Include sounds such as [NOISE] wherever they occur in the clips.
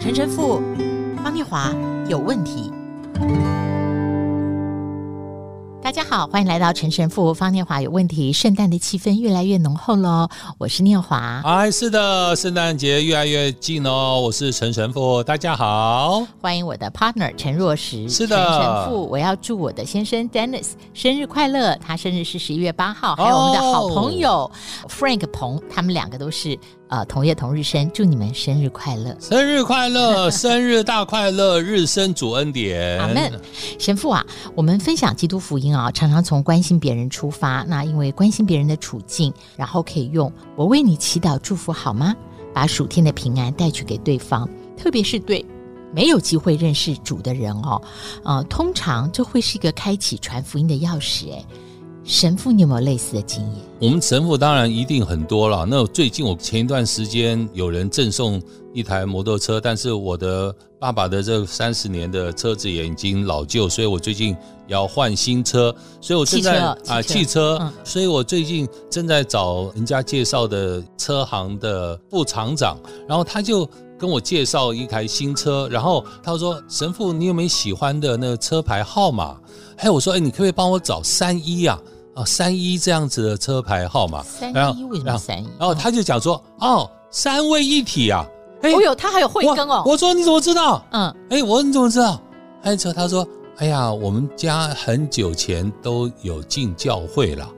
陈神父、方念华有问题。大家好，欢迎来到陈神父、方念华有问题。圣诞的气氛越来越浓厚喽，我是念华，哎，是的，圣诞节越来越近哦。我是陈神父，大家好。欢迎我的 partner 陈若石。是的陈神父，我要祝我的先生 Dennis 生日快乐，他生日是十一月八号，还有我们的好朋友 Frank 彭，他们两个都是呃同月同日生，祝你们生日快乐。生日快 [LAUGHS] 乐，生日大快乐，日升主恩典。阿门。哎神父啊，我们分享基督福音啊，常常从关心别人出发。那因为关心别人的处境，然后可以用“我为你祈祷祝福”好吗？把属天的平安带去给对方，特别是对没有机会认识主的人哦。呃，通常这会是一个开启传福音的钥匙。哎，神父，你有没有类似的经验？我们神父当然一定很多了。那最近我前一段时间有人赠送一台摩托车，但是我的爸爸的这三十年的车子也已经老旧，所以我最近也要换新车。所以我正在汽车啊汽车汽车，嗯所以我最近正在找人家介绍的车行的副厂长，然后他就。跟我介绍一台新车，然后他说：“神父，你有没有喜欢的那个车牌号码？”哎，我说：“哎，你可不可以帮我找三一啊？啊，三一这样子的车牌号码。”三然一后为什么然后三一？然后他就讲说，哦，三位一体啊，哎哦哟，他还有慧根哦。我我说你怎么知道？嗯，哎，我说你怎么知道？还有他说，哎呀，我们家很久前都有进教会了，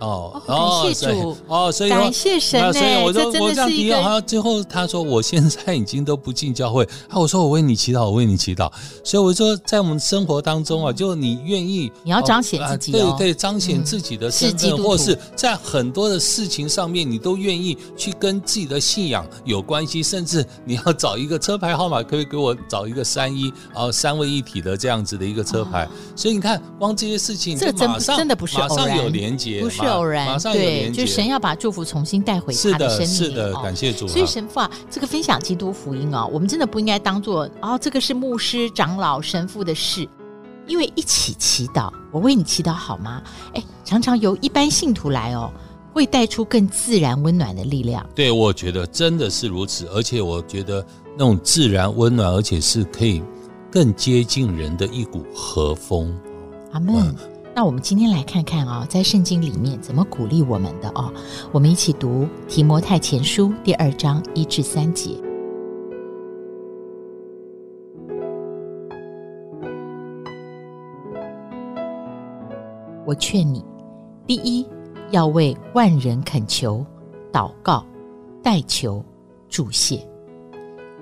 哦哦，感谢所以主哦，所以说感谢神啊，呢，所以我这就真我的这样是提哦一议，个然后最后他说我现在已经都不进教会，啊，我说我为你祈祷，我为你祈祷。所以我说在我们生活当中啊，就你愿意，嗯你要彰显啊自己哦对对，彰显自己的身是基督份，徒或是在很多的事情上面，你都愿意去跟自己的信仰有关系，甚至你要找一个车牌号码，可不可以给我找一个三一，然后三位一体的这样子的一个车牌。所以你看，光这些事情，哦这就真马上真的不是马偶上然有连接，不是马偶然，马上有对，连接，就是神要把祝福重新带回是他生的，命是里的，哦感谢主啊。所以神父啊，这个分享基督福音哦，我们真的不应该当做哦，这个是牧师、长老、神父的事，因为一起祈祷，我为你祈祷好吗？哎，常常由一般信徒来哦，会带出更自然温暖的力量。对，我觉得真的是如此，而且我觉得那种自然温暖，而且是可以更接近人的一股和风。阿门。那我们今天来看看啊、在圣经里面怎么鼓励我们的哦。我们一起读提摩太前书第二章一至三节。我劝你，第一要为万人恳求、祷告、代求、祝谢，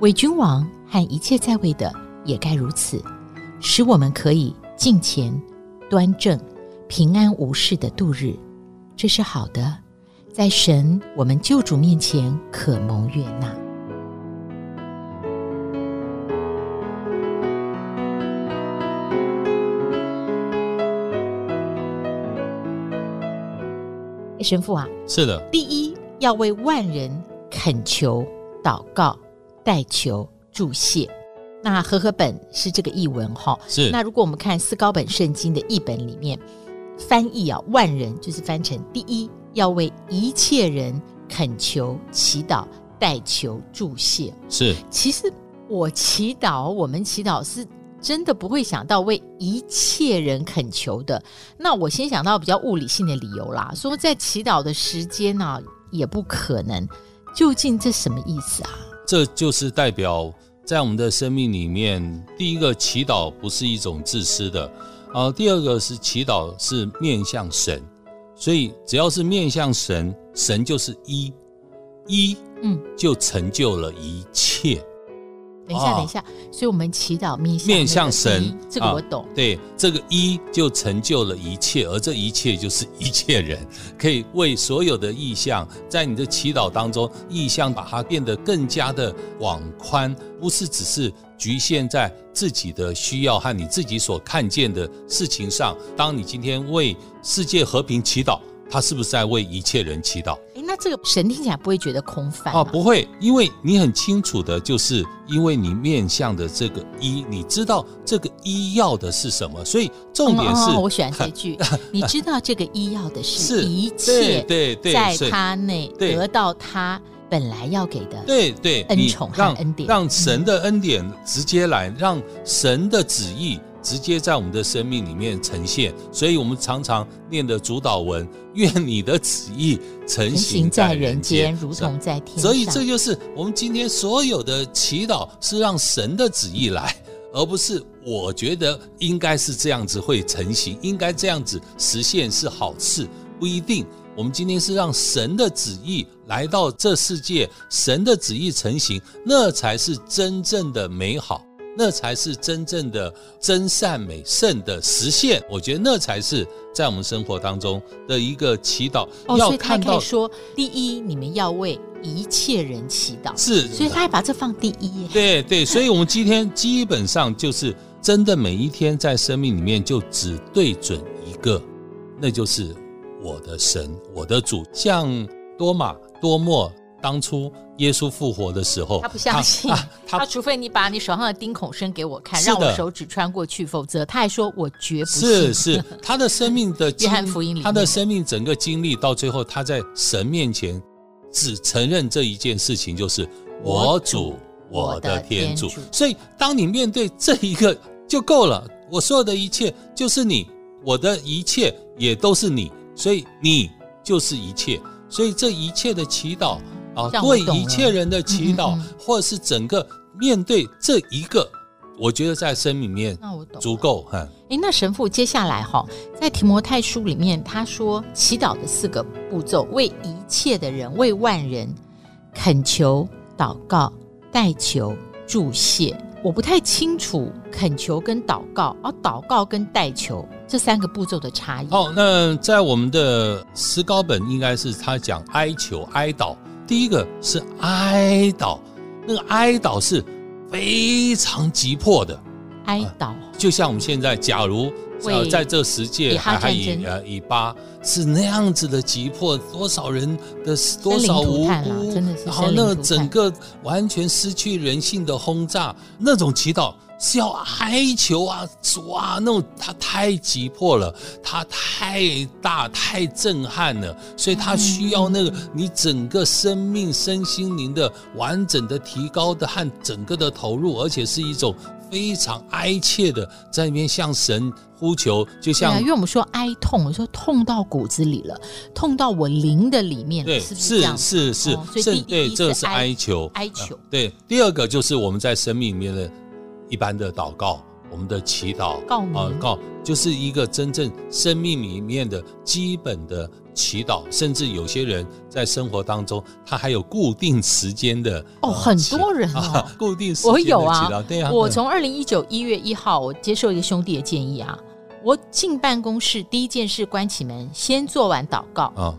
为君王和一切在位的也该如此。使我们可以敬虔、端正、平安无事的度日，这是好的。在神我们救主面前可蒙悦纳。哎神父啊，是的，第一要为万人恳求、祷告、代求、祝谢。那和合本是这个译文哈、是那如果我们看四高本圣经的译本里面，翻译啊，万人就是翻成第一要为一切人恳求、祈祷、代求、祝谢。是其实我祈祷，我们祈祷是真的不会想到为一切人恳求的。那我先想到比较物理性的理由啦，说在祈祷的时间呢、也不可能。究竟这什么意思啊？这就是代表在我们的生命里面，第一个祈祷不是一种自私的，啊，第二个是祈祷是面向神，所以只要是面向神，神就是一，一嗯，就成就了一切。等一下，哦等一下，所以我们祈祷面向面向那个神一，这个啊我懂。对，这个一就成就了一切，而这一切就是一切人，可以为所有的意向，在你的祈祷当中，意向把它变得更加的广宽，不是只是局限在自己的需要和你自己所看见的事情上。当你今天为世界和平祈祷，他是不是在为一切人祈祷？哎，那这个神听起来不会觉得空泛啊吗哦，不会，因为你很清楚的，就是因为你面向的这个一，你知道这个一要的是什么，所以重点是，嗯嗯嗯我喜欢这句。你知道这个医药的是 [LAUGHS] 是一切对对对在是他内对得到他本来要给的。对对，恩你宠和让恩典嗯让神的恩典直接来，让神的旨意直接在我们的生命里面呈现。所以我们常常念的主导文：“愿你的旨意成人行行在在人人间间，，如是吧同在天上。所以这就是我们今天所有的祈祷是让神的旨意来，而不是我觉得应该是这样子会成型，应该这样子实现是好事，不一定。我们今天是让神的旨意来到这世界，神的旨意成型，那才是真正的美好，那才是真正的真善美圣的实现。我觉得那才是在我们生活当中的一个祈祷，哦，所要以他看可以到说，第一，你们要为一切人祈祷，是，所以他还把这放第一耶。对对，所以我们今天基本上就是真的每一天在生命里面就只对准一个，那就是我的神，我的主。像多马多默当初耶稣复活的时候，他不相信，他他他他除非你把你手上的钉孔伸给我看，是的让我手指穿过去，否则他还说我绝不是信。是他的生命的经约翰福音里面他的生命整个经历到最后，他在神面前只承认这一件事情，就是我我主主我的天主我的天主。所以，当你面对这一个就够了，我所有的一切就是你，我的一切也都是你，所以你就是一切。所以这一切的祈祷啊，让我对懂了一切人的祈嗯祷嗯嗯，或者是整个面对这一个，我觉得在生里面 [LAUGHS] 那我懂了足够哈。嗯诶，那神父接下来哈，在提摩太书里面，他说祈祷的四个步骤：为一切的人，为万人恳求、祷告、代求、祝谢。我不太清楚恳求跟祷告，而、祷告跟代求这三个步骤的差异。好，那在我们的石膏本应该是他讲哀求、哀悼。第一个是哀祷，那个哀祷是非常急迫的，哀悼，就像我们现在，假如呃，为在这十以届哈还还战以争呃以巴是那样子的急迫，多少人的多生灵少涂无炭啊辜，真的是然后生灵涂那炭整个完全失去人性的轰炸，那种祈祷是要哀求啊，主啊，那种他太急迫了，他太大太震撼了，所以他需嗯要那个你整个生命身心灵的完整的提高的和整个的投入，而且是一种非常哀切的在那边向神呼求，对就啊，像因为我们说哀痛，我说痛到骨子里了，痛到我灵的里面了，对是不是这样？是是哦所是以是第一对，这是是哀哀求哀求啊对，第二个就是我们在生命里面的一般的祷告，我们的祈祷告名啊告，就是一个真正生命里面的基本的祈祷，甚至有些人在生活当中，他还有固定时间的哦，呃很祈多人哦 [LAUGHS] 啊，，固定时间我的祈有啊祷，对啊，我嗯从二零一九一月一号，我接受一个兄弟的建议啊，我进办公室第一件事关起门，先做完祷告。啊，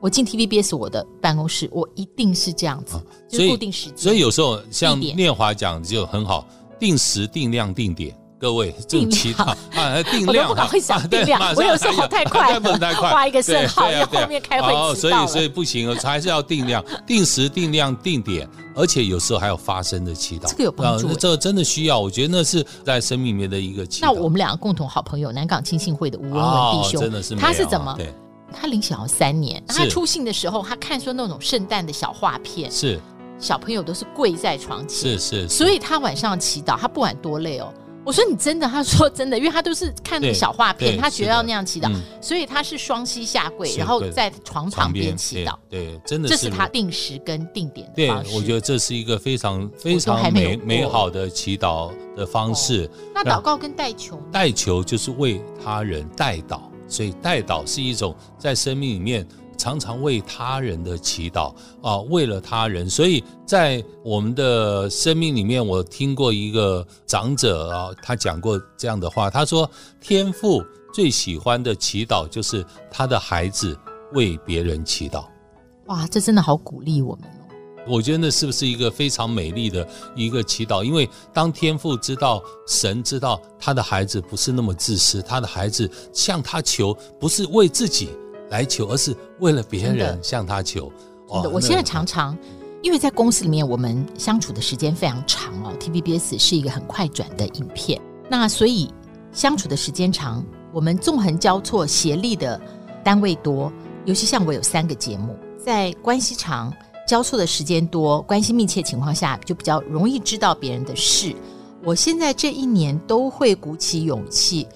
我进 TVBS 我的办公室，我一定是这样子，啊就所是以固定时间。所以有时候像地点念华讲就很好，定时、定量、定点。各位，这种祈祷啊，定我都量不敢会想 [LAUGHS] 啊对定量马上我有时候还有太 [LAUGHS] 快了啊不能太快，画一个圣号对对啊因为后面开会对啊迟所到了以所以不行，还是要定量、 [LAUGHS] 定时、定量、定点，而且有时候还有发声的祈祷，这个有帮助啊欸这个真的需要，我觉得那是在生命里面的一个祈祷。那我们两个共同好朋友南港亲信会的吴文文弟哦兄，真的是没有啊他是怎么？对，他领小三年，是他出信的时候，他看说那种圣诞的小画片，是小朋友都是跪在床前，是是，所以他晚上祈祷，他不管多累哦。我说你真的？他说真的，因为他都是看那个对小画片，对他觉是得的要那样祈祷，嗯所以他是双膝下跪，是然后对在床旁边祈祷。对，对真的这是他定时跟定点的对方式。，我觉得这是一个非常非还常没有美过哦美好的祈祷的方式。那祷告跟代求呢？代求就是为他人代祷，所以代祷是一种在生命里面常常为他人的祈祷啊，为了他人。所以在我们的生命里面，我听过一个长者啊，他讲过这样的话，他说：“天父最喜欢的祈祷就是他的孩子为别人祈祷。”哇，这真的好鼓励我们哦。我觉得那是不是一个非常美丽的一个祈祷？因为当天父知道神知道他的孩子不是那么自私，他的孩子向他求不是为自己来求，而是为了别真人的向他求。真的，哇我那现在常常，因为在公司里面我们相处的时间非常长哦，TVBS 是一个很快转的影片，那所以相处的时间长，我们纵横交错、协力的单位多，尤其像我有三个节目，在关系长。交错的时间多、关系密切的情况下，就比较容易知道别人的事。我现在这一年都会鼓起勇气，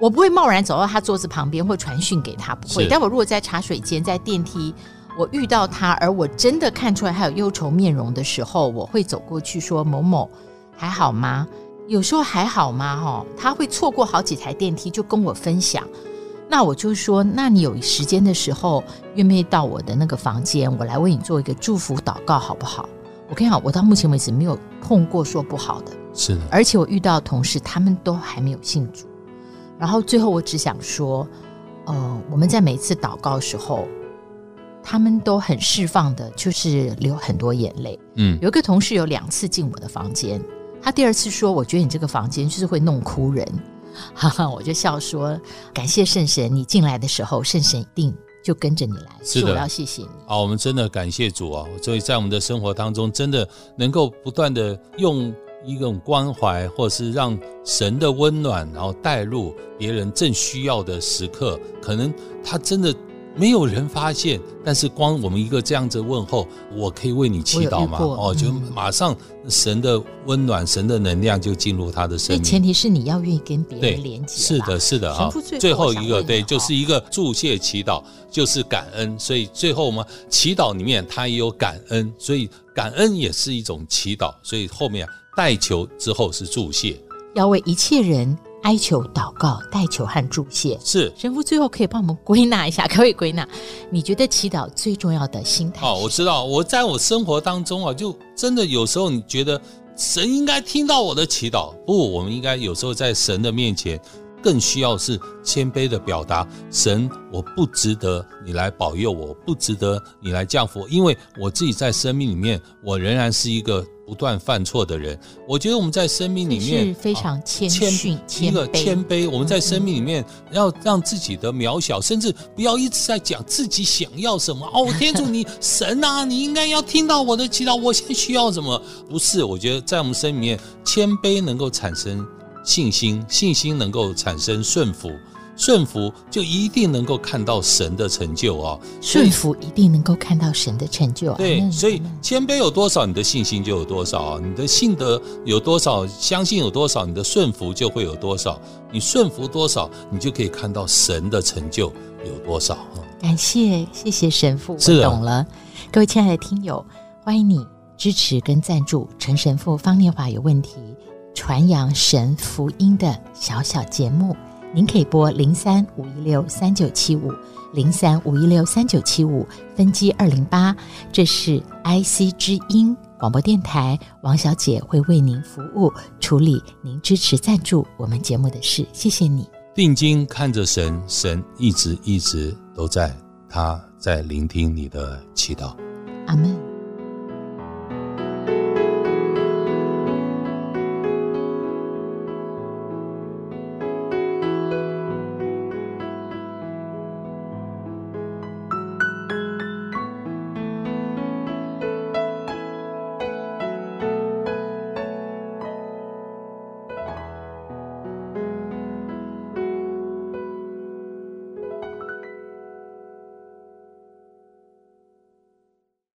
我不会贸然走到他桌子旁边或传讯给他，不会。是但我如果在茶水间、在电梯，我遇到他，而我真的看出来他有忧愁面容的时候，我会走过去说：“某某，还好吗？”有时候还好吗？哈，他会错过好几台电梯，就跟我分享。那我就说，那你有时间的时候，愿不愿意到我的那个房间，我来为你做一个祝福祷告，好不好？我跟你讲，我到目前为止没有碰过说不好的，是的，而且我遇到的同事，他们都还没有信主。然后最后，我只想说，呃，我们在每次祷告的时候，他们都很释放的，就是流很多眼泪。嗯，有一个同事有两次进我的房间，他第二次说：“我觉得你这个房间就是会弄哭人。”哈哈，我就笑说：“感谢圣神，你进来的时候，圣神一定就跟着你来，是的我要谢谢你。啊，我们真的感谢主啊！所以在我们的生活当中，真的能够不断的用一种关怀，或是让神的温暖，然后带入别人正需要的时刻，可能他真的没有人发现，但是光我们一个这样子问候，我可以为你祈祷吗？我有遇过哦，就嗯马上神的温暖、神的能量就进入他的”所生以命。前提是你要愿意跟别对人连，接是啦，的，是的啊神父最。后最后想一问个你对，哦就是一个祝谢祈祷，就是感恩。所以最后我们祈祷里面它也有感恩，所以感恩也是一种祈祷。所以后面啊代求之后是祝谢，要为一切人哀求、祷告、代求和祝谢。是神父最后可以帮我们归纳一下，可不可以归纳？你觉得祈祷最重要的心态是什么？哦，我知道，我在我生活当中啊，就真的有时候你觉得神应该听到我的祈祷，不，我们应该有时候在神的面前，更需要是谦卑的表达，神，我不值得你来保佑我，不值得你来降福我，因为我自己在生命里面，我仍然是一个不断犯错的人。我觉得我们在生命里面是非啊常谦谦逊、一谦个卑。嗯谦卑。我们在生命里面要让自己的渺小，甚至不要一直在讲自己想要什么。哦，天 [LAUGHS] 主你神啊，你应该要听到我的祈祷，我现在需要什么？不是，我觉得在我们生命里面，谦卑能够产生信心，信心能够产生顺服。顺服就一定能够看到神的成就哦，所顺以服一定能够看到神的成就。啊阿对，门所以阿门谦卑有多少，你的信心就有多少啊；你的信德有多少，相信有多少，你的顺服就会有多少。你顺服多少，你就可以看到神的成就有多少。啊感谢谢谢神父，是我的懂了。各位亲爱的听友，欢迎你支持跟赞助陈神父方念华有问题传扬神福音的小小节目。您可以拨零三五一六三九七五零三五一六三九七五分机二零八，这是 IC 之音广播电台，王小姐会为您服务，处理您支持赞助我们节目的事。谢谢你。定睛看着神，神一直一直都在，他在聆听你的祈祷。阿门。